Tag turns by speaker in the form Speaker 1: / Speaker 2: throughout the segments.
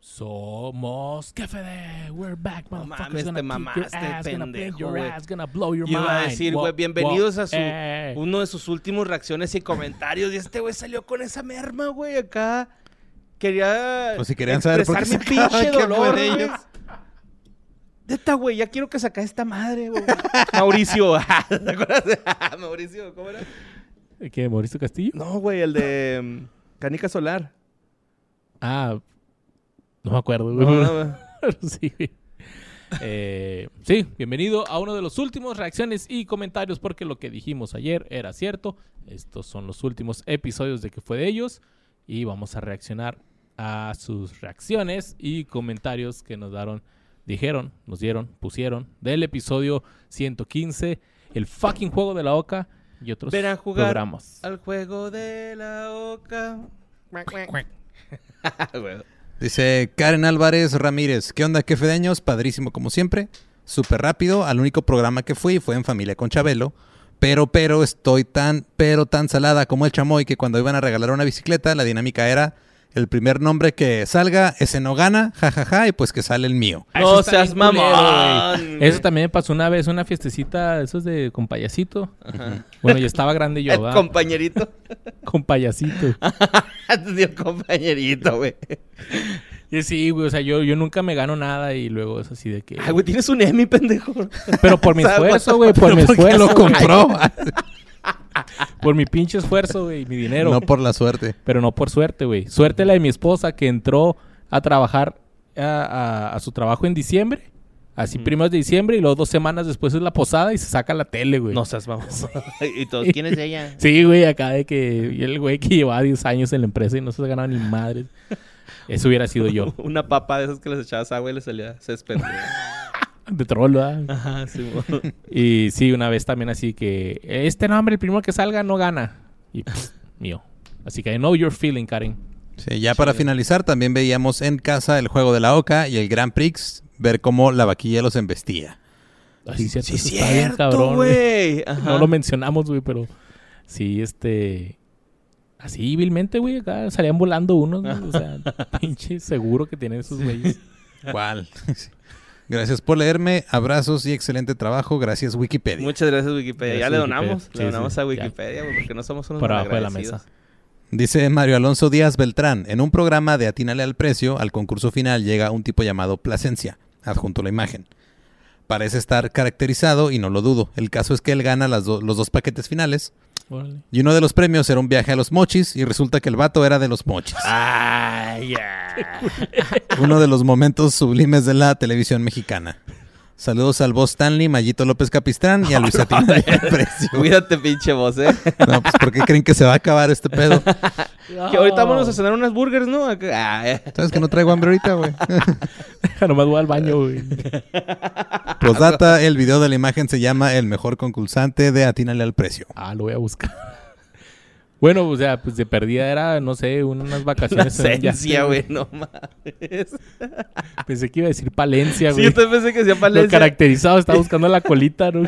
Speaker 1: Somos Café de We're back,
Speaker 2: No
Speaker 1: motherfuckers.
Speaker 2: mames,
Speaker 1: gonna
Speaker 2: te
Speaker 1: kick your
Speaker 2: mamaste,
Speaker 1: ass, gonna bend
Speaker 2: pendejo,
Speaker 1: your
Speaker 2: güey.
Speaker 1: ass, gonna blow your
Speaker 2: Yo
Speaker 1: mind.
Speaker 2: iba a decir,
Speaker 1: Wow,
Speaker 2: güey, bienvenidos
Speaker 1: wow,
Speaker 2: a su
Speaker 1: eh.
Speaker 2: uno de sus últimos reacciones y comentarios. Y este güey salió con esa merma, güey, acá. Quería.
Speaker 3: Pues si querían saber por qué
Speaker 2: expresar mi
Speaker 3: sacaban
Speaker 2: pinche
Speaker 3: que
Speaker 2: dolor.
Speaker 3: fueron
Speaker 2: güey.
Speaker 3: ellos.
Speaker 2: Neta, güey, ya quiero que saca esta madre, güey. Mauricio. ¿Te acuerdas de- Mauricio, ¿cómo era?
Speaker 1: ¿Qué, Mauricio Castillo?
Speaker 2: No, güey, el de mm, Canica Solar.
Speaker 1: Ah, no me acuerdo. güey.
Speaker 2: No, no, no.
Speaker 1: sí. güey. Eh, sí, bienvenido a uno de los últimos reacciones y comentarios porque lo que dijimos ayer era cierto. Estos son los últimos episodios de que fue de ellos y vamos a reaccionar a sus reacciones y comentarios que nos daron, dijeron, nos dieron, pusieron del episodio 115, el fucking juego de la oca y otros
Speaker 2: Ven a jugar
Speaker 1: programas.
Speaker 2: Al juego de la oca.
Speaker 3: Ah,
Speaker 2: Güey.
Speaker 3: Dice Karen Álvarez Ramírez. ¿Qué onda, jefe de años? Padrísimo como siempre. Súper rápido. Al único programa que fui fue en familia con Chabelo. Pero, pero, estoy tan, pero tan salada como el chamoy que cuando iban a regalar una bicicleta, la dinámica era el primer nombre que salga, ese no gana, jajaja, y pues que sale el mío.
Speaker 1: Ah,
Speaker 2: No
Speaker 1: eso está
Speaker 2: seas
Speaker 1: bien culero,
Speaker 2: mamón,
Speaker 1: güey.
Speaker 2: güey.
Speaker 1: Eso también me pasó una vez, una fiestecita, eso es de con payasito. Bueno, yo estaba grande yo,
Speaker 2: El
Speaker 1: ¿verdad? Con...
Speaker 2: compañerito.
Speaker 1: payasito.
Speaker 2: Ah. Antes dio compañerito, güey.
Speaker 1: Y sí, güey, o sea, yo, yo nunca me gano nada y luego es así de que...
Speaker 2: Ay, güey, tienes un Emmy, pendejo.
Speaker 1: Pero por mi
Speaker 2: O sea,
Speaker 1: esfuerzo,
Speaker 2: what
Speaker 1: güey,
Speaker 2: the
Speaker 1: por mi
Speaker 3: Pero porque
Speaker 1: esfuerzo.
Speaker 3: lo
Speaker 1: güey.
Speaker 3: compró.
Speaker 1: Por mi pinche esfuerzo, güey, y mi dinero.
Speaker 3: No por la suerte.
Speaker 1: Pero no por suerte, güey. Suerte la de mi esposa que entró a trabajar a, a- a su trabajo en diciembre. Así primero es de diciembre y luego dos semanas después es la posada y se saca la tele, güey.
Speaker 2: No seas mamón. y todos, ¿quién es ella?
Speaker 1: Sí, güey, acá de que y el güey que llevaba 10 años en la empresa y no se ganaba ni madres. Eso hubiera sido yo.
Speaker 2: Una papa de esas que les echabas agua y le salía césped. güey.
Speaker 1: De troll, ¿verdad?
Speaker 2: Ajá, sí, güey.
Speaker 1: Y sí, una vez también así que... Este nombre, el primero que salga, no gana. Y pss, mío. Así que I know your feeling, Karen.
Speaker 3: Sí, ya para finalizar, también veíamos en casa el juego de la Oca y el Grand Prix, ver cómo la vaquilla los embestía.
Speaker 1: Así
Speaker 3: Sí, sí,
Speaker 1: eso está bien
Speaker 2: Cierto, güey.
Speaker 1: No
Speaker 2: Ajá.
Speaker 1: lo mencionamos, güey, pero... Sí, este... Así, vilmente, güey, acá salían volando unos, güey, O sea, pinche seguro que tienen esos güeyes.
Speaker 3: ¿Cuál? Gracias por leerme, abrazos y excelente trabajo. Gracias, Wikipedia.
Speaker 2: Muchas gracias, Wikipedia. ya
Speaker 1: Gracias,
Speaker 2: le
Speaker 1: Wikipedia.
Speaker 2: donamos.
Speaker 1: Sí,
Speaker 2: le donamos
Speaker 1: sí,
Speaker 2: a
Speaker 1: ya.
Speaker 2: Wikipedia, güey, porque no somos unos
Speaker 1: Por abajo de la
Speaker 2: malagradecidos.
Speaker 1: mesa.
Speaker 3: Dice Mario Alonso Díaz Beltrán, en un programa de Atínale al Precio, al concurso final llega un tipo llamado Plasencia, adjunto la imagen. Parece estar caracterizado y no lo dudo. El caso es que él gana las do- los dos paquetes finales
Speaker 1: Órale.
Speaker 3: y uno de los premios era un viaje a los mochis y resulta que el vato era de los mochis.
Speaker 2: Ah, ya.
Speaker 3: Uno de los momentos sublimes de la televisión mexicana. Saludos al boss Stanley, Mayito López Capistrán y a Luis Atínale al Precio.
Speaker 2: Cuídate, pinche voz, eh.
Speaker 3: No, pues ¿por qué creen que se va a acabar este pedo?
Speaker 2: Que ahorita vamos a cenar unas burgers, ¿no? Acá- Ah, eh.
Speaker 3: ¿Sabes que no traigo hambre ahorita, güey?
Speaker 1: Nomás voy al baño, güey.
Speaker 3: Posdata, el video de la imagen se llama El mejor concursante de Atínale al precio.
Speaker 1: Ah, lo voy a buscar. Bueno, o sea, pues de perdida era, no sé, unas
Speaker 2: Una
Speaker 1: vacaciones. en un yate,
Speaker 2: esencia, güey, no mames.
Speaker 1: Pensé que iba a decir Palencia,
Speaker 2: Sí,
Speaker 1: güey.
Speaker 2: yo también pensé que decía
Speaker 1: Lo
Speaker 2: Palencia.
Speaker 1: caracterizado, estaba buscando la colita, ¿no?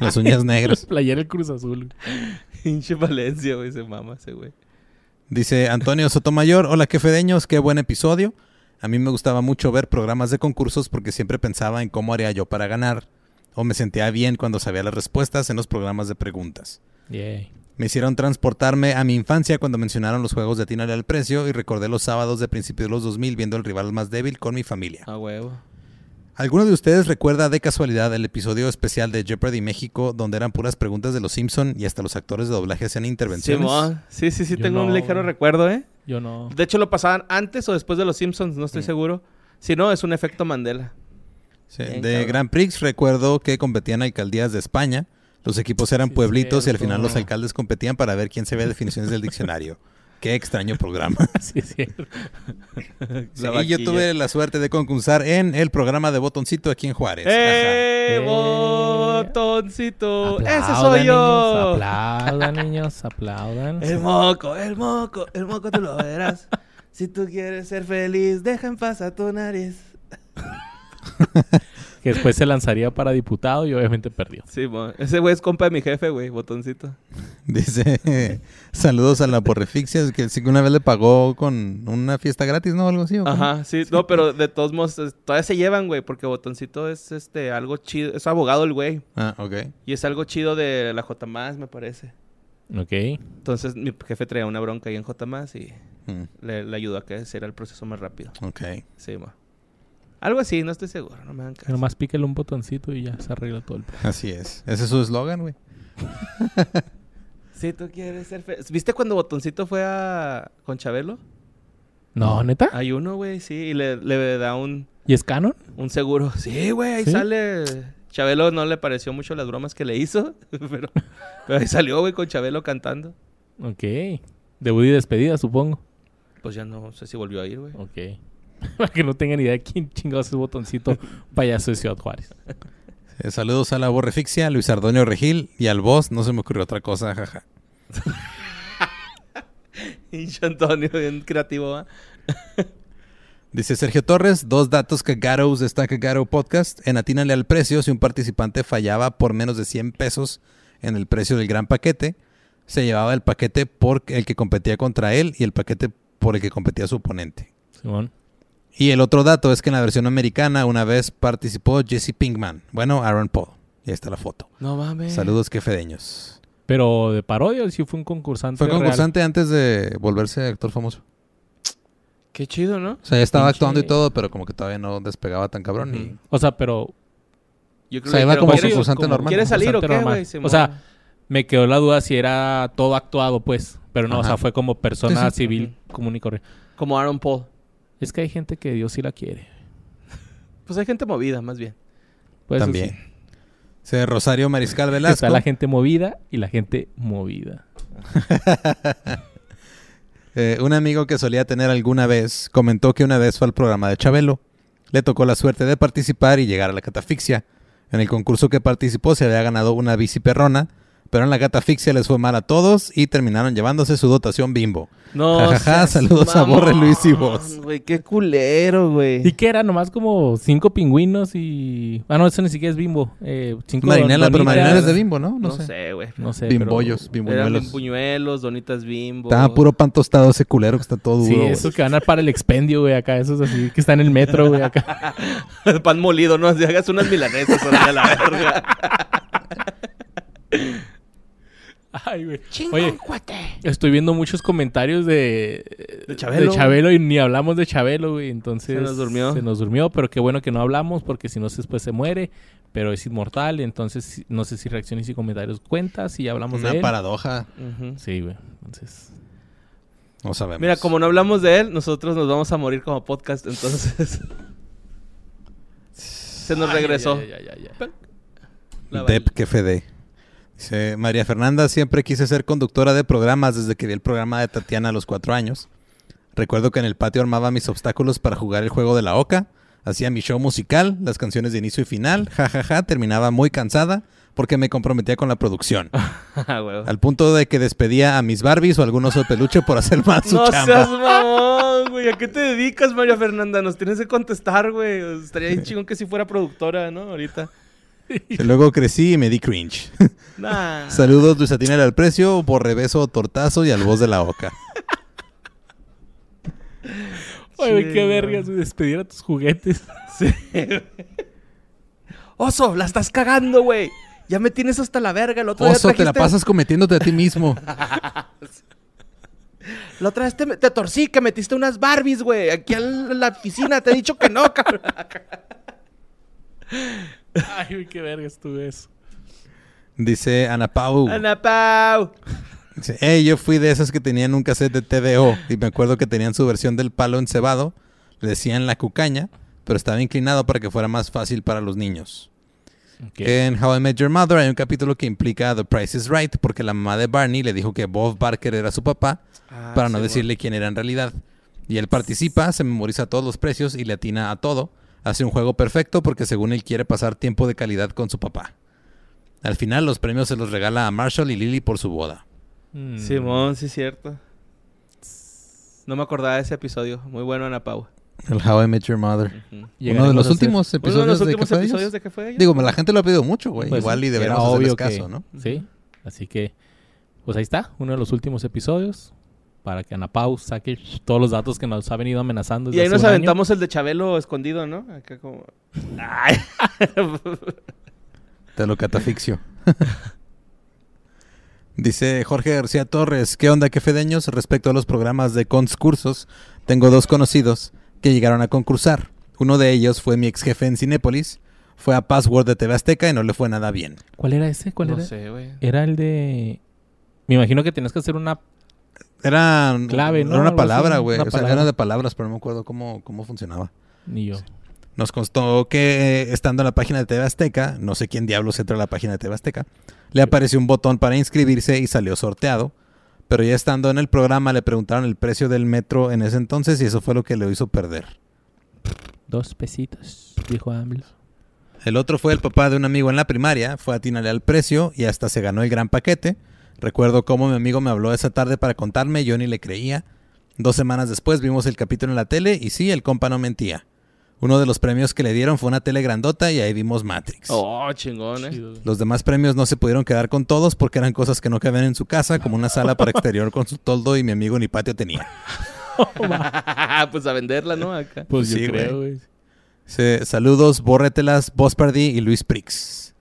Speaker 3: Las uñas negras.
Speaker 1: Playera el Cruz Azul.
Speaker 2: Pinche Palencia, güey, se mama ese güey.
Speaker 3: Dice Antonio Sotomayor, hola quefedeños, qué buen episodio. A mí me gustaba mucho ver programas de concursos porque siempre pensaba en cómo haría yo para ganar. O me sentía bien cuando sabía las respuestas en los programas de preguntas.
Speaker 1: Yay.
Speaker 3: Me hicieron transportarme a mi infancia cuando mencionaron los juegos de Atínale al precio y recordé los sábados de principios de los 2000 viendo el rival más débil con mi familia.
Speaker 2: A huevo.
Speaker 3: ¿Alguno de ustedes recuerda de casualidad el episodio especial de Jeopardy México donde eran puras preguntas de los Simpson y hasta los actores de doblaje hacían intervenciones?
Speaker 2: Simón. Sí, sí, sí,
Speaker 1: Yo
Speaker 2: tengo
Speaker 1: no,
Speaker 2: un ligero
Speaker 1: güey.
Speaker 2: recuerdo, ¿eh?
Speaker 1: Yo no.
Speaker 2: De hecho, lo pasaban antes o después de Los Simpsons, no estoy seguro. Si no, es un efecto Mandela.
Speaker 3: Sí,
Speaker 2: Bien,
Speaker 3: de
Speaker 2: cabrón.
Speaker 3: Grand Prix recuerdo que competían alcaldías de España. Los equipos eran
Speaker 1: Sí,
Speaker 3: pueblitos y al
Speaker 1: cierto.
Speaker 3: final los alcaldes competían para ver quién se ve definiciones del diccionario. Qué extraño programa.
Speaker 1: Sí, es cierto.
Speaker 3: Sí, yo tuve la suerte de concursar en el programa de Botoncito aquí en Juárez. Ajá.
Speaker 2: ¡Eh,
Speaker 1: Ajá.
Speaker 2: botoncito! Oh, ¡Ese
Speaker 1: Aplaudan,
Speaker 2: soy yo!
Speaker 1: niños, aplaudan, niños, aplaudan.
Speaker 2: El moco, el moco, el moco tú lo verás. Si tú quieres ser feliz, deja en paz a tu nariz.
Speaker 1: Que después se lanzaría para diputado y obviamente perdió.
Speaker 2: Sí, mo- ese güey es compa de mi jefe, güey, botoncito.
Speaker 3: Dice, saludos a la porrefixia, que sí que una vez le pagó con una fiesta gratis, ¿no? Algo así. ¿o cómo?
Speaker 2: Ajá, sí, no, pero de todos modos, es- todavía se llevan, güey, porque botoncito es este, algo chido, es abogado el güey.
Speaker 3: Ah, ok.
Speaker 2: Y es algo chido de la J más, me parece.
Speaker 1: Ok.
Speaker 2: Entonces mi jefe traía una bronca ahí en J más y
Speaker 3: Mm,
Speaker 2: le, le ayudó a que hiciera el proceso más rápido.
Speaker 3: ok.
Speaker 2: Sí, mo. Algo así, no estoy seguro, no me dan caso.
Speaker 1: Nomás píquele un botoncito y ya se arregla todo el pedo.
Speaker 3: Así es. Ese es su eslogan, güey.
Speaker 2: Si tú quieres ser feliz. ¿Viste cuando Botoncito fue a... con Chabelo?
Speaker 1: No, neta.
Speaker 2: Hay uno, güey, sí, y le, le da un,
Speaker 1: ¿Y es canon?
Speaker 2: un seguro. Sí, güey, ahí
Speaker 1: ¿Sí?
Speaker 2: sale. Chabelo no le pareció mucho las bromas que le hizo, pero, pero ahí salió, güey, con Chabelo cantando.
Speaker 1: Ok. Debut y despedida, supongo.
Speaker 2: Pues ya no sé si volvió a ir, güey.
Speaker 1: Ok. Para que no tengan idea de quién chingados es botoncito payaso de Ciudad Juárez.
Speaker 3: Eh, saludos a la borrefixia, Luis Ardonio Regil y al boss. No se me ocurrió otra cosa, jaja.
Speaker 2: Hincho Antonio, bien creativo, ¿va?
Speaker 3: Dice Sergio Torres, dos datos cagaros destaca Garo Podcast. En Atínale al precio, si un participante fallaba por menos de 100 pesos en el precio del gran paquete, se llevaba el paquete por el que competía contra él y el paquete por el que competía su oponente.
Speaker 1: Simón.
Speaker 3: Y el otro dato es que en la versión americana una vez participó Jesse Pinkman, bueno, Aaron Paul. Y ahí está la foto.
Speaker 2: No mames.
Speaker 3: Saludos quefedeños.
Speaker 1: Pero de parodia, o sí fue un concursante.
Speaker 3: Fue
Speaker 1: real?
Speaker 3: concursante antes de volverse actor famoso.
Speaker 2: Qué chido, ¿no?
Speaker 3: O sea, ya estaba
Speaker 1: Pinche-
Speaker 3: actuando y todo, pero como que todavía no despegaba tan cabrón. y-
Speaker 2: Ujú.
Speaker 1: O sea, pero
Speaker 2: Yo
Speaker 3: O sea, iba
Speaker 2: dijeron,
Speaker 3: como
Speaker 2: "¿Quieres-
Speaker 3: concursante
Speaker 1: como-
Speaker 3: normal.
Speaker 2: ¿Quieres salir o qué,
Speaker 1: normal.
Speaker 2: güey?
Speaker 1: O sea, me quedó la duda si era todo actuado, pues. Pero no, o
Speaker 3: Ajá.
Speaker 1: sea, fue como
Speaker 3: Sí,
Speaker 1: persona
Speaker 3: sí.
Speaker 1: civil común y corriente.
Speaker 2: como Aaron Paul.
Speaker 1: Es que hay gente que Dios sí la quiere.
Speaker 2: Pues hay gente movida, más bien.
Speaker 1: Pues eso
Speaker 3: También.
Speaker 1: sí.
Speaker 3: Dice Rosario Mariscal Velasco.
Speaker 1: Está la gente movida y la gente movida.
Speaker 3: Eh, un amigo que solía tener alguna vez comentó que una vez fue al programa de Chabelo. Le tocó la suerte de participar y llegar a la catafixia. En el concurso que participó se había ganado una bici perrona, pero en la catafixia les fue mal a todos y terminaron llevándose su dotación bimbo.
Speaker 2: No.
Speaker 3: Ja, ja, ja,
Speaker 2: seas
Speaker 3: saludos a Borre, Luis y
Speaker 2: mamón,
Speaker 3: vos.
Speaker 2: Güey, qué culero, güey.
Speaker 1: ¿Y que era? Nomás como cinco pingüinos y... Ah, no, eso ni siquiera es bimbo. Eh, cinco
Speaker 3: Marinela,
Speaker 1: don-
Speaker 3: pero
Speaker 1: donitas.
Speaker 3: Marinela es de bimbo, ¿no?
Speaker 2: No,
Speaker 3: No, sé.
Speaker 2: sé, güey.
Speaker 1: No sé, pero-
Speaker 3: Bimbollos,
Speaker 2: Eran
Speaker 3: bimbuñuelos.
Speaker 2: bien puñuelos, donitas bimbo.
Speaker 3: Estaba puro pan tostado ese culero que está todo duro.
Speaker 1: Sí,
Speaker 3: güey.
Speaker 1: esos que van a para el expendio, güey, acá. Esos así que están en el metro, güey, acá.
Speaker 2: pan molido, ¿no? Si hagas unas milanesas ahora ya la verga.
Speaker 1: Ay, güey. Oye, estoy viendo muchos comentarios de...
Speaker 2: De Chabelo.
Speaker 1: de Chabelo y ni hablamos de Chabelo, güey. Entonces...
Speaker 2: Se nos durmió.
Speaker 1: Se nos durmió, pero qué bueno que no hablamos porque si no después se muere. Pero es inmortal, entonces no sé si reacciones y comentarios cuentas si ya hablamos
Speaker 3: Una
Speaker 1: de él.
Speaker 3: paradoja,
Speaker 2: Ujú.
Speaker 1: Sí, güey. Entonces...
Speaker 3: no sabemos.
Speaker 2: Mira, como no hablamos de él, nosotros nos vamos a morir como podcast, entonces. Se nos regresó.
Speaker 1: Ay, ay, ay, ay, ay.
Speaker 2: La val-
Speaker 3: Dep que fede. Dice María Fernanda, siempre quise ser conductora de programas desde que vi el programa de Tatiana a los cuatro años. Recuerdo que en el patio armaba mis obstáculos para jugar el juego de la oca, hacía mi show musical, las canciones de inicio y final, jajaja, terminaba muy cansada porque me comprometía con la producción.
Speaker 2: Ah, güey.
Speaker 3: Al punto de que despedía a mis Barbies o algún oso de peluche por hacer más su
Speaker 2: No
Speaker 3: chamba.
Speaker 2: seas mamón, güey. ¿A qué te dedicas, María Fernanda? Nos tienes que contestar, güey. Estaría bien chingón que si fuera productora, ¿no? Ahorita.
Speaker 3: Luego crecí y me di cringe.
Speaker 2: Nah.
Speaker 3: Saludos, Luis Atinel al precio, por rebeso, tortazo y al voz de la oca.
Speaker 1: Ay, güey, qué
Speaker 2: Sí,
Speaker 1: vergas,
Speaker 2: no.
Speaker 1: güey, despedir a tus juguetes.
Speaker 2: Sí. güey. Oso, la estás cagando, güey. Ya me tienes hasta la verga. El otro día
Speaker 3: Oso, te la
Speaker 2: trajiste-
Speaker 3: pasas cometiéndote a ti mismo.
Speaker 2: La otra vez te, te torcí que metiste unas Barbies, güey. Aquí a la oficina te he dicho que no, cabrón.
Speaker 1: Ay, güey, qué vergas tú eso.
Speaker 3: Dice Ana Pau.
Speaker 2: Ana Pau.
Speaker 3: Dice, "Ey, yo fui de esas que tenían un cassette de TVO y me acuerdo que tenían su versión del palo encebado. Le decían la cucaña, pero estaba inclinado para que fuera más fácil para los niños.
Speaker 1: Ok.
Speaker 3: En How I Met Your Mother hay un capítulo que implica The Price is Right porque la mamá de Barney le dijo que Bob Barker era su papá
Speaker 2: Ah,
Speaker 3: para no
Speaker 2: sí,
Speaker 3: decirle quién era en realidad. Y él participa, se memoriza todos los precios y le atina a todo. Hace un juego perfecto porque según él quiere pasar tiempo de calidad con su papá. Al final los premios se los regala a Marshall y Lily por su boda.
Speaker 1: Mm.
Speaker 2: bueno. Simón, sí, es cierto. No me acordaba de ese episodio. Muy bueno, Ana Pau.
Speaker 3: El How I Met Your Mother.
Speaker 2: Ujú.
Speaker 3: Uno de
Speaker 1: Llegaremos
Speaker 3: los
Speaker 1: a hacer-
Speaker 3: últimos episodios
Speaker 2: Uno de los
Speaker 3: de
Speaker 2: últimos
Speaker 3: Café de
Speaker 2: episodios
Speaker 3: Ellos.
Speaker 2: de Café de Ellos.
Speaker 3: Digo, la gente lo ha pedido mucho, güey.
Speaker 1: Pues,
Speaker 3: Igual y
Speaker 1: era
Speaker 3: deberíamos
Speaker 1: obvio
Speaker 3: hacerles
Speaker 1: que-
Speaker 3: caso, ¿no?
Speaker 1: Sí, así que, pues ahí está, uno de los últimos episodios para que Ana Pau saque todos los datos que nos ha venido amenazando.
Speaker 2: Y
Speaker 1: desde
Speaker 2: ahí
Speaker 1: hace
Speaker 2: nos
Speaker 1: un año.
Speaker 2: aventamos el Pues de Chabelo escondido, ¿no? Acá como... Ay.
Speaker 3: Te lo catafixio. Dice Jorge García Torres, ¿qué onda que fedeños? Respecto a los programas de concursos, tengo dos conocidos que llegaron a concursar. Uno de ellos fue mi ex jefe en Cinépolis, fue a Password de TV Azteca y no le fue nada bien.
Speaker 1: ¿Cuál era ese? ¿Cuál
Speaker 2: no
Speaker 1: era?
Speaker 2: sé, güey.
Speaker 1: Era el de... Me imagino que tenías que hacer una...
Speaker 3: Era,
Speaker 1: Clave, ¿no?
Speaker 3: era una
Speaker 1: Algo así,
Speaker 3: palabra, güey.
Speaker 1: una
Speaker 3: O sea,
Speaker 1: palabra.
Speaker 3: era de palabras, pero no me acuerdo cómo, cómo funcionaba.
Speaker 1: Ni yo.
Speaker 3: Nos constó que eh, estando en la página de TV Azteca, no sé quién diablos entra a la página de TV Azteca, le apareció un botón para inscribirse y salió sorteado. Pero ya estando en el programa le preguntaron el precio del metro en ese entonces y eso fue lo que lo hizo perder.
Speaker 1: Dos pesitos, dijo AMLO.
Speaker 3: El otro fue el papá de un amigo en la primaria, fue a atinarle al precio y hasta se ganó el gran paquete. Recuerdo cómo mi amigo me habló esa tarde para contarme, yo ni le creía. Dos semanas después vimos el capítulo en la tele y sí, el compa no mentía. Uno de los premios que le dieron fue una tele grandota y ahí vimos Matrix.
Speaker 2: Oh, chingón, ¿eh?
Speaker 3: Los demás premios no se pudieron quedar con todos porque eran cosas que no cabían en su casa, como una sala para exterior con su toldo y mi amigo ni patio tenía.
Speaker 2: pues a venderla, ¿no? Acá.
Speaker 1: Pues
Speaker 3: Sí,
Speaker 1: yo creo, güey.
Speaker 3: Dice, saludos, Borretelas, Bospardi y Luis Prix.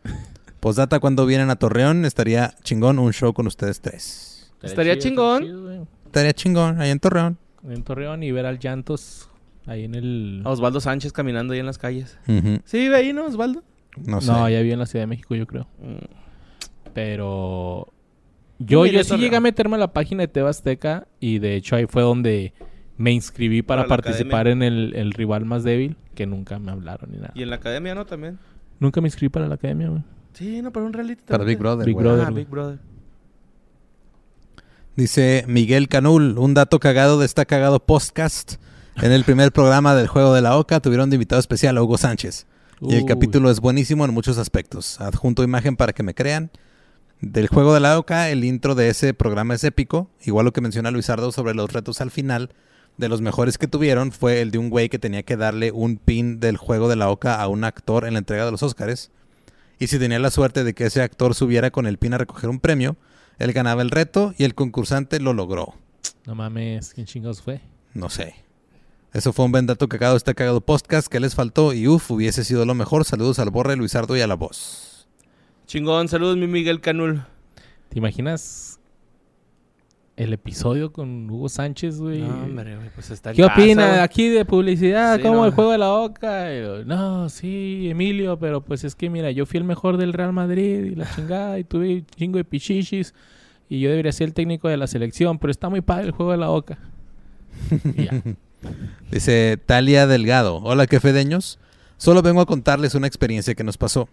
Speaker 3: Posdata, cuando vienen a Torreón, estaría chingón un show con ustedes tres.
Speaker 2: Estaría chingón.
Speaker 1: chido, güey.
Speaker 3: Estaría chingón, ahí en Torreón.
Speaker 1: En Torreón y ver al Llantos ahí en el...
Speaker 2: A Osvaldo Sánchez caminando ahí en las calles.
Speaker 3: Ujú,
Speaker 2: Sí, vive ahí, ¿no, Osvaldo?
Speaker 3: No sé.
Speaker 1: No, ya vi en la Ciudad de México, yo creo.
Speaker 2: Mm.
Speaker 1: Pero yo,
Speaker 2: Mira,
Speaker 1: yo sí
Speaker 2: Torreón.
Speaker 1: llegué a meterme a la página de Tebasteca y de hecho ahí fue donde me inscribí para,
Speaker 2: Para la
Speaker 1: participar en el, el rival más débil, que nunca me hablaron ni nada.
Speaker 2: Y en la academia, ¿no? También.
Speaker 1: Nunca me inscribí para la academia, güey.
Speaker 2: Sí, no, para un reality.
Speaker 3: Para
Speaker 2: también.
Speaker 3: Big Brother.
Speaker 1: Big
Speaker 3: güey.
Speaker 1: Brother,
Speaker 2: Ah,
Speaker 1: güey.
Speaker 2: Big Brother.
Speaker 3: Dice Miguel Canul, un dato cagado de esta cagado podcast. En el primer programa del Juego de la Oca tuvieron de invitado especial a Hugo Sánchez. Y el
Speaker 1: Uy.
Speaker 3: capítulo es buenísimo en muchos aspectos. Adjunto imagen para que me crean. Del juego de la OCA, el intro de ese programa es épico. Igual lo que menciona Luisardo sobre los retos al final. De los mejores que tuvieron fue el de un güey que tenía que darle un pin del juego de la OCA a un actor en la entrega de los Óscares. Y si tenía la suerte de que ese actor subiera con el pin a recoger un premio, él ganaba el reto y el concursante lo logró.
Speaker 1: No mames, ¿quién chingados fue?
Speaker 3: No sé. Eso fue un buen dato cagado, está cagado podcast que les faltó y uff, hubiese sido lo mejor. Saludos al Borre, Luisardo y a la voz.
Speaker 2: Chingón, saludos, mi Miguel Canul.
Speaker 1: ¿Te imaginas el episodio con Hugo Sánchez, güey?
Speaker 2: No, hombre, güey, pues está en
Speaker 1: ¿Qué
Speaker 2: casa,
Speaker 1: opina
Speaker 2: güey.
Speaker 1: aquí de publicidad?
Speaker 2: Sí,
Speaker 1: ¿Cómo
Speaker 2: no.
Speaker 1: el juego de la OCA? Y yo, No, sí, Emilio, pero pues es que mira, yo fui el mejor del Real Madrid y la chingada y tuve un chingo de pichichis y yo debería ser el técnico de la selección, pero está muy padre el juego de la OCA. Y ya.
Speaker 3: Dice Talia Delgado. Hola, qué fedeños. Solo vengo a contarles una experiencia que nos pasó.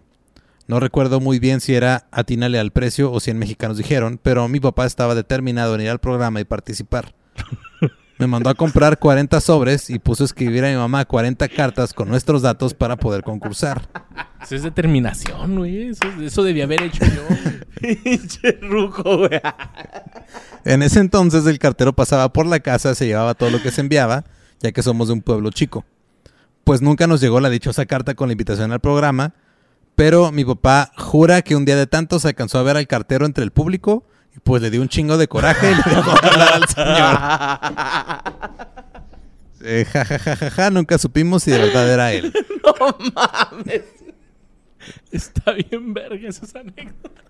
Speaker 3: No recuerdo muy bien si era atínale al precio o 100 mexicanos dijeron, pero mi papá estaba determinado en ir al programa y participar. Me mandó a comprar 40 sobres y puso a escribir a mi mamá 40 cartas con nuestros datos para poder concursar.
Speaker 1: Eso es determinación, güey. Eso, eso debía haber hecho yo. güey.
Speaker 2: Pinche ruco, güey.
Speaker 3: En ese entonces el cartero pasaba por la casa, se llevaba todo lo que se enviaba, ya que somos de un pueblo chico. Pues nunca nos llegó la dichosa carta con la invitación al programa, pero mi papá jura que un día de tantos alcanzó a ver al cartero entre el público y pues le dio un chingo de coraje y le dejó hablar al señor.
Speaker 2: Ah,
Speaker 3: Eh, ja, ja, ja, ja, ja, nunca supimos si de verdad era él.
Speaker 1: Está bien verga esas anécdotas.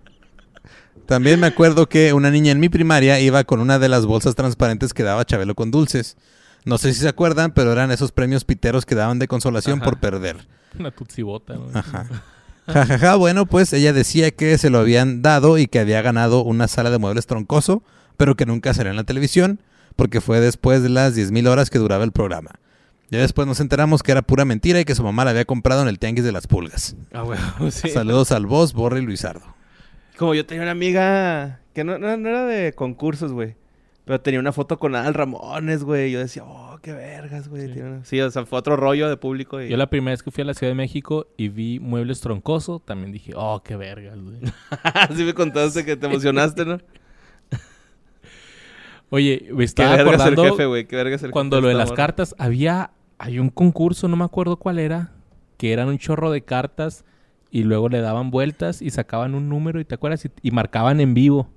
Speaker 3: También me acuerdo que una niña en mi primaria iba con una de las bolsas transparentes que daba Chabelo con dulces. No sé si se acuerdan, pero eran esos premios piteros que daban de consolación
Speaker 2: Ajá.
Speaker 3: por perder.
Speaker 1: Una tutsibota, güey.
Speaker 3: Ajá. Ja, ja, ja. Bueno, pues ella decía que se lo habían dado y que había ganado una sala de muebles troncoso, pero que nunca salió en la televisión, porque fue después de las 10.000 horas que duraba el programa. Ya después nos enteramos que era pura mentira y que su mamá la había comprado en el tianguis de las pulgas.
Speaker 2: Ah, huevo, sí.
Speaker 3: Saludos al boss, Borre y Luisardo.
Speaker 2: Como yo tenía una amiga que no, no- no era de concursos, güey. Pero tenía una foto con Adal Ramones, güey. Yo decía, oh, qué vergas, güey.
Speaker 1: Sí.
Speaker 2: tiene una- Sí. o sea, fue otro rollo de público. Y...
Speaker 1: Yo la primera vez que fui a la Ciudad de México y vi muebles troncoso, también dije, oh, qué vergas, güey.
Speaker 2: Así me contaste que te emocionaste, ¿no?
Speaker 1: Oye, me
Speaker 2: qué
Speaker 1: estaba
Speaker 2: vergas el
Speaker 1: acordando
Speaker 2: jefe, güey. Qué vergas el jefe.
Speaker 1: cuando lo de
Speaker 2: está
Speaker 1: las
Speaker 2: bueno.
Speaker 1: cartas, había, hay un concurso, no me acuerdo cuál era, que eran un chorro de cartas y luego le daban vueltas y sacaban un número, ¿y te acuerdas? Y, y marcaban en vivo.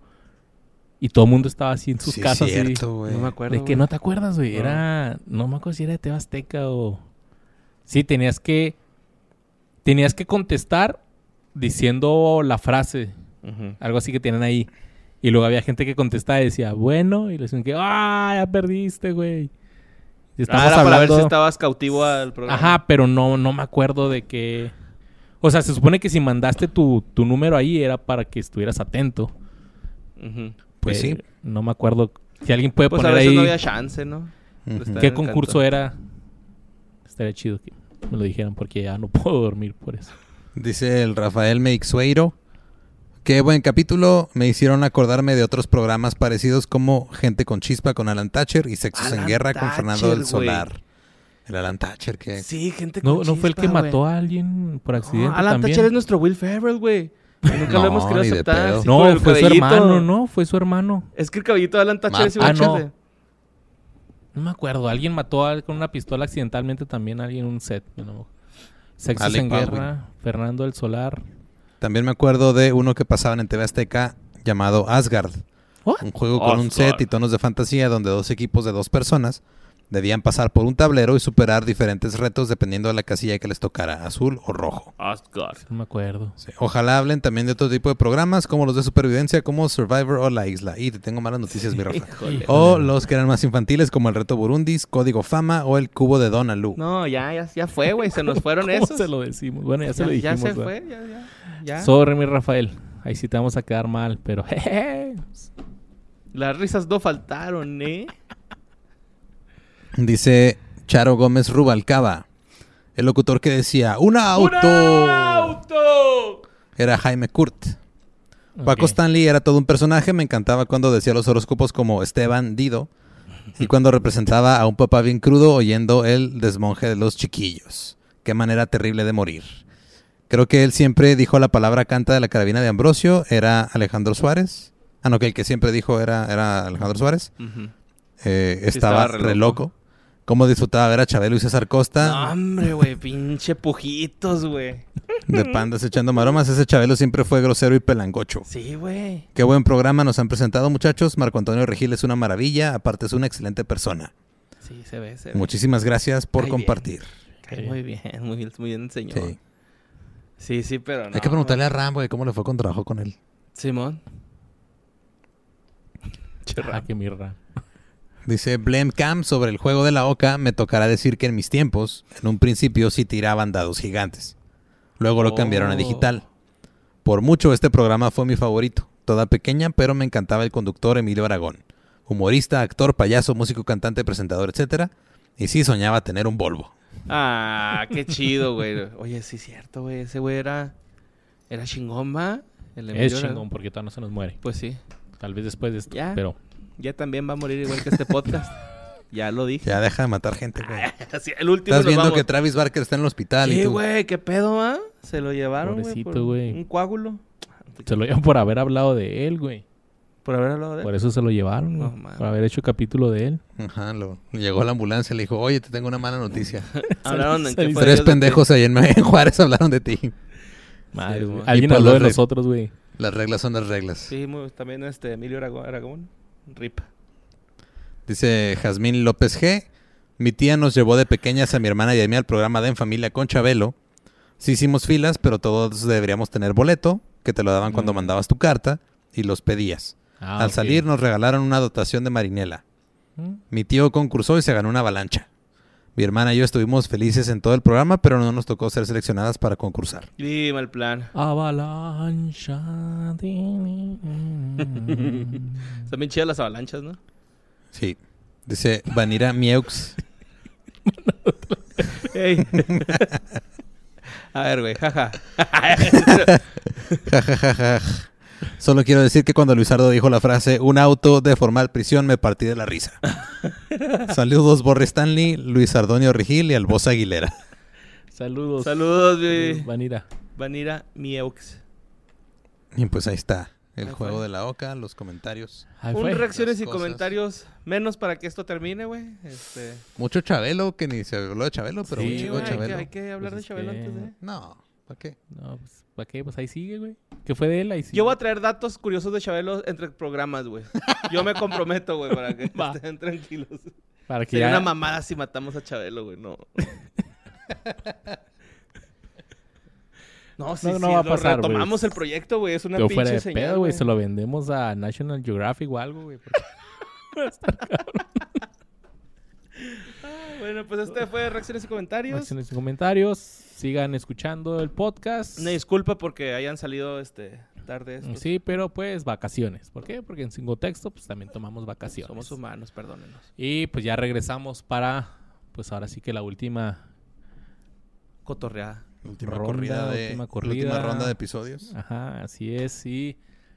Speaker 1: Y todo el mundo estaba así en sus
Speaker 3: Sí, es
Speaker 1: casas. así.
Speaker 3: cierto, güey.
Speaker 2: No me acuerdo.
Speaker 1: De que
Speaker 2: güey. Ah.
Speaker 1: no te acuerdas, güey.
Speaker 2: No.
Speaker 1: Era. No me acuerdo si era de Tebasteca o. Sí, tenías que. Tenías que contestar diciendo la frase.
Speaker 2: Ujú.
Speaker 1: Algo así que tienen ahí. Y luego había gente que contestaba y decía, bueno. Y le decían que, ah, ya perdiste, güey. Y
Speaker 2: Ah,
Speaker 1: estamos
Speaker 2: era para ver si
Speaker 1: hablando-
Speaker 2: estabas cautivo al programa.
Speaker 1: Ajá, pero no, no me acuerdo de qué. O sea, se supone que si mandaste tu, tu número ahí era para que estuvieras atento.
Speaker 2: Ujú.
Speaker 3: Pues sí.
Speaker 1: Pero No me acuerdo. Si alguien puede
Speaker 2: Pues a
Speaker 1: poner
Speaker 2: veces
Speaker 1: ahí.
Speaker 2: no había chance, ¿no?
Speaker 3: Ujú.
Speaker 2: Está
Speaker 1: ¿Qué
Speaker 2: en el
Speaker 1: concurso
Speaker 2: canto.
Speaker 1: era? Estaría chido que me lo dijeran porque ya no puedo dormir por eso.
Speaker 3: Dice el Rafael Meixueiro. Qué buen capítulo. Me hicieron acordarme de otros programas parecidos como Gente con Chispa con Alan Thatcher y Sexos en
Speaker 2: Alan
Speaker 3: Guerra con Fernando del
Speaker 2: Thatcher, güey.
Speaker 3: Solar. El Alan Thatcher que...
Speaker 2: Sí, gente
Speaker 1: Eh, ¿No,
Speaker 2: con
Speaker 1: no fue el
Speaker 2: chispa,
Speaker 1: que
Speaker 2: güey.
Speaker 1: mató a alguien por accidente
Speaker 2: No, Alan
Speaker 1: también?
Speaker 2: Thatcher es nuestro Will Ferrell, güey. Nunca
Speaker 3: No,
Speaker 2: lo hemos querido
Speaker 3: ni de
Speaker 2: aceptar.
Speaker 3: pedo.
Speaker 2: sí, por
Speaker 1: No,
Speaker 2: el
Speaker 1: fue su
Speaker 2: cabellito.
Speaker 1: hermano, ¿no? Fue su hermano.
Speaker 2: Es que el cabellito de Alan Thatcher
Speaker 3: Ma-
Speaker 2: es igual
Speaker 1: ah, no.
Speaker 2: chile.
Speaker 1: No me acuerdo. Alguien mató a- con una pistola accidentalmente también a alguien en un set. no me acuerdo. Sexos
Speaker 3: Alec
Speaker 1: en
Speaker 3: Baldwin.
Speaker 1: Guerra, Fernando del Solar.
Speaker 3: También me acuerdo de uno que pasaban en TV Azteca llamado Asgard.
Speaker 1: ¿What?
Speaker 3: Un juego con un set y tonos de fantasía donde dos equipos de dos personas debían pasar por un tablero y superar diferentes retos dependiendo de la casilla que les tocara, azul o rojo.
Speaker 1: No me acuerdo.
Speaker 3: Sí, Ojalá hablen también de otro tipo de programas como los de supervivencia como Survivor o La Isla. Y te tengo malas noticias, mi Rafa. O los que eran más infantiles como El Reto Burundis, Código Fama o El Cubo de Donalú.
Speaker 2: No, ya, ya, ya fue, güey. Se nos fueron
Speaker 1: ¿Cómo
Speaker 2: esos.
Speaker 1: se lo decimos? Bueno, ya se
Speaker 2: ya,
Speaker 1: lo
Speaker 2: ya
Speaker 1: dijimos.
Speaker 2: se
Speaker 1: ¿verdad?
Speaker 2: fue, ya, ya. ya.
Speaker 1: Sorry, mi Rafael. Ahí sí te vamos a quedar mal, pero...
Speaker 2: Las risas no faltaron, ¿eh?
Speaker 3: Dice Charo Gómez Rubalcaba, el locutor que decía ¡Una auto!
Speaker 2: auto!
Speaker 3: Era Jaime Kurt. Paco
Speaker 1: Ok.
Speaker 3: Stanley era todo un personaje, me encantaba cuando decía los horóscopos como Esteban Dido y cuando representaba a un papá bien crudo oyendo el desmonje de los chiquillos. Qué manera terrible de morir. Creo que él siempre dijo la palabra canta de la carabina de Ambrosio, era Alejandro Suárez. Ah, no, que el que siempre dijo era, era Alejandro Suárez. Eh, estaba,
Speaker 2: estaba re
Speaker 3: re,
Speaker 2: loco.
Speaker 3: loco. Cómo disfrutaba ver a Chabelo y César Costa.
Speaker 2: No, hombre, güey. Pinche pujitos, güey.
Speaker 3: De pandas echando maromas, ese Chabelo siempre fue grosero y pelangocho.
Speaker 2: Sí, güey.
Speaker 3: Qué buen programa nos han presentado, muchachos. Marco Antonio Regil es una maravilla, aparte es una excelente persona.
Speaker 2: Sí, se ve, se ve.
Speaker 3: Muchísimas gracias por
Speaker 2: Ay, bien.
Speaker 3: compartir.
Speaker 2: Cae Muy bien, muy bien, muy bien el señor.
Speaker 3: Sí.
Speaker 2: Sí, sí, pero no.
Speaker 3: Hay que preguntarle a Rambo de cómo le fue cuando trabajó con él.
Speaker 2: Simón.
Speaker 1: Ah, qué mirra.
Speaker 3: Dice Blem Cam sobre el juego de la oca, me tocará decir que en mis tiempos, en un principio sí tiraban dados gigantes. Luego lo cambiaron a
Speaker 2: Oh.
Speaker 3: digital. Por mucho este programa fue mi favorito. Toda pequeña, pero me encantaba el conductor Emilio Aragón. Humorista, actor, payaso, músico, cantante, presentador, etcétera. Y sí soñaba tener un Volvo.
Speaker 2: Ah, qué chido, güey. Oye, sí, es cierto, güey. Ese güey era. Era chingón, ¿va? El Emilio
Speaker 1: Es
Speaker 2: era-
Speaker 1: chingón porque todavía no se nos muere.
Speaker 2: Pues sí.
Speaker 1: Tal vez después de esto,
Speaker 2: Ya.
Speaker 1: pero...
Speaker 2: Ya también va a morir igual que este podcast. ya lo dije.
Speaker 3: Ya deja de matar gente, güey.
Speaker 2: Sí, el
Speaker 3: Estás
Speaker 2: último Ah, nos
Speaker 3: viendo
Speaker 2: vamos.
Speaker 3: que Travis Barker está en el hospital y
Speaker 2: Sí,
Speaker 3: tú.
Speaker 2: güey, qué pedo, ¿va? Se lo llevaron, güey.
Speaker 1: Pobrecito,
Speaker 2: por
Speaker 1: güey.
Speaker 2: Un coágulo.
Speaker 1: Se lo llevan por haber hablado de él, güey.
Speaker 2: Por haber hablado de él.
Speaker 1: Por eso se lo llevaron,
Speaker 2: No,
Speaker 1: güey.
Speaker 2: mames.
Speaker 1: por haber hecho capítulo de él.
Speaker 3: Ajá, lo- llegó la ambulancia y le dijo, oye, te tengo una mala noticia.
Speaker 2: Hablaron en
Speaker 1: Tres
Speaker 2: qué fue
Speaker 3: Tres
Speaker 2: Dios de ti.
Speaker 3: pendejos ahí en, en Juárez hablaron de ti.
Speaker 1: Madre,
Speaker 2: Sí,
Speaker 1: güey.
Speaker 2: güey.
Speaker 1: Alguien
Speaker 3: Y por
Speaker 1: habló de
Speaker 3: los re-
Speaker 1: nosotros, güey.
Speaker 3: Las reglas son las reglas.
Speaker 2: Sí, muy- también este Emilio Aragón. Aragón. Rip.
Speaker 3: Dice Jazmín López G. Mi tía nos llevó de pequeñas a mi hermana y a mí al programa de En Familia con Chabelo. Sí hicimos filas, pero todos deberíamos tener boleto, que te lo daban cuando
Speaker 2: Mm.
Speaker 3: mandabas tu carta y los pedías.
Speaker 1: Ah,
Speaker 3: al
Speaker 1: ok.
Speaker 3: salir nos regalaron una dotación de marinela.
Speaker 1: Mm.
Speaker 3: Mi tío concursó y se ganó una avalancha. Mi hermana y yo estuvimos felices en todo el programa, pero no nos tocó ser seleccionadas para concursar.
Speaker 2: Y mal plan.
Speaker 1: Avalancha.
Speaker 2: Están bien chidas las avalanchas, ¿no?
Speaker 3: Sí. Dice Vanira Mieux.
Speaker 2: Ey. A ver, güey, jaja.
Speaker 3: Ja, ja, ja, ja. Solo quiero decir que cuando Luisardo dijo la frase un auto de formal prisión me partí de la risa. Saludos Borre Stanley, Luis Ardonio Rigil y Albosa Aguilera.
Speaker 1: Saludos.
Speaker 2: Saludos, güey.
Speaker 1: Vanira.
Speaker 2: Vanira Mieux.
Speaker 3: Y pues ahí está. El
Speaker 2: Ahí
Speaker 3: juego
Speaker 2: fue.
Speaker 3: de la OCA, los comentarios.
Speaker 1: Ahí
Speaker 2: Un
Speaker 1: fue.
Speaker 2: reacciones
Speaker 3: Las
Speaker 2: y
Speaker 3: cosas.
Speaker 2: comentarios menos para que esto termine, güey. Este,
Speaker 3: Mucho Chabelo, que ni se habló de Chabelo, pero
Speaker 1: Sí,
Speaker 3: un chico de
Speaker 1: güey,
Speaker 2: hay, que,
Speaker 3: Chabelo.
Speaker 2: hay que hablar
Speaker 1: Pues es
Speaker 2: de Chabelo
Speaker 1: que-
Speaker 2: antes de...
Speaker 3: No, ¿para qué?
Speaker 1: No, pues, ¿para qué? Pues ahí sigue, güey. ¿Qué fue de él? Ahí sigue.
Speaker 2: Yo voy a traer datos curiosos de Chabelo entre programas, güey. Yo me comprometo, güey, para que
Speaker 1: Va.
Speaker 2: estén tranquilos.
Speaker 1: Para que
Speaker 2: Sería
Speaker 1: ya...
Speaker 2: una mamada si matamos a Chabelo, güey, no. No, sí,
Speaker 1: No,
Speaker 2: sí,
Speaker 1: no va a
Speaker 2: lo
Speaker 1: pasar, güey.
Speaker 2: retomamos el proyecto, güey, es una
Speaker 1: Pero
Speaker 2: pinche
Speaker 1: fuera de
Speaker 2: señal,
Speaker 1: pedo, güey.
Speaker 2: güey.
Speaker 1: Se lo vendemos a National Geographic o algo, güey. porque-
Speaker 2: Bueno, pues este fue reacciones y comentarios.
Speaker 1: Reacciones y comentarios. Sigan escuchando el podcast.
Speaker 2: Una disculpa porque hayan salido este tarde estos.
Speaker 1: Sí, pero pues vacaciones. ¿Por qué? Porque en Cinco Texto pues también tomamos vacaciones.
Speaker 2: Somos humanos, perdónenos.
Speaker 1: Y pues ya regresamos para, pues ahora sí que la última,
Speaker 2: Cotorreada.
Speaker 3: Última
Speaker 1: Ronda,
Speaker 3: corrida de
Speaker 1: última
Speaker 3: última,
Speaker 1: corrida.
Speaker 3: ronda de episodios.
Speaker 1: ajá, así es, y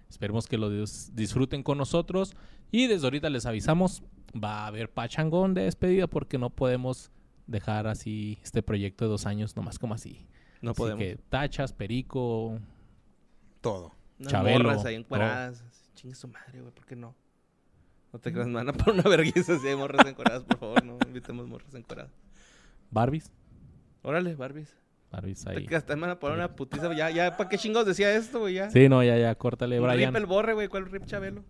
Speaker 1: esperemos que lo dis- disfruten con nosotros. Y desde ahorita les avisamos, va a haber pachangón de despedida porque no podemos dejar así este proyecto de dos años nomás como así.
Speaker 2: No podemos.
Speaker 1: Así que tachas, perico,
Speaker 3: Todo.
Speaker 2: Unas
Speaker 1: Chabelo,
Speaker 2: morras ahí encueradas. Chingue su madre, güey, ¿por qué no? No te creas, me van a poner una vergüenza si hay morras encueradas, por favor, no invitemos morras encueradas.
Speaker 1: barbies,
Speaker 2: Órale, Barbies.
Speaker 1: barbies
Speaker 2: Te
Speaker 1: ahí.
Speaker 2: que hasta me van a poner una putiza. Ya, ya, ¿para qué chingados decía esto, güey? Ya.
Speaker 1: Sí, no, ya, ya, córtale,
Speaker 2: Un
Speaker 1: Brian.
Speaker 2: Rip el borre, güey, ¿cuál rip Chabelo?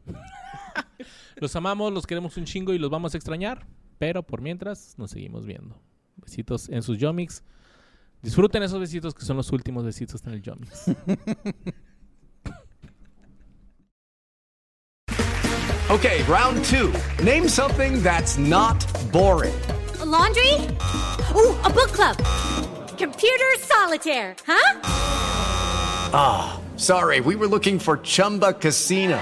Speaker 1: Los amamos, los queremos un chingo y los vamos a extrañar. Pero por mientras, nos seguimos viendo. Besitos en sus Yomix. Disfruten esos besitos que son los últimos besitos en el Yomix.
Speaker 4: Okay, round two. Name something that's not boring.
Speaker 5: A laundry? Ooh, a book club. Computer solitaire, huh?
Speaker 4: Sorry, we were looking for Chumba Casino.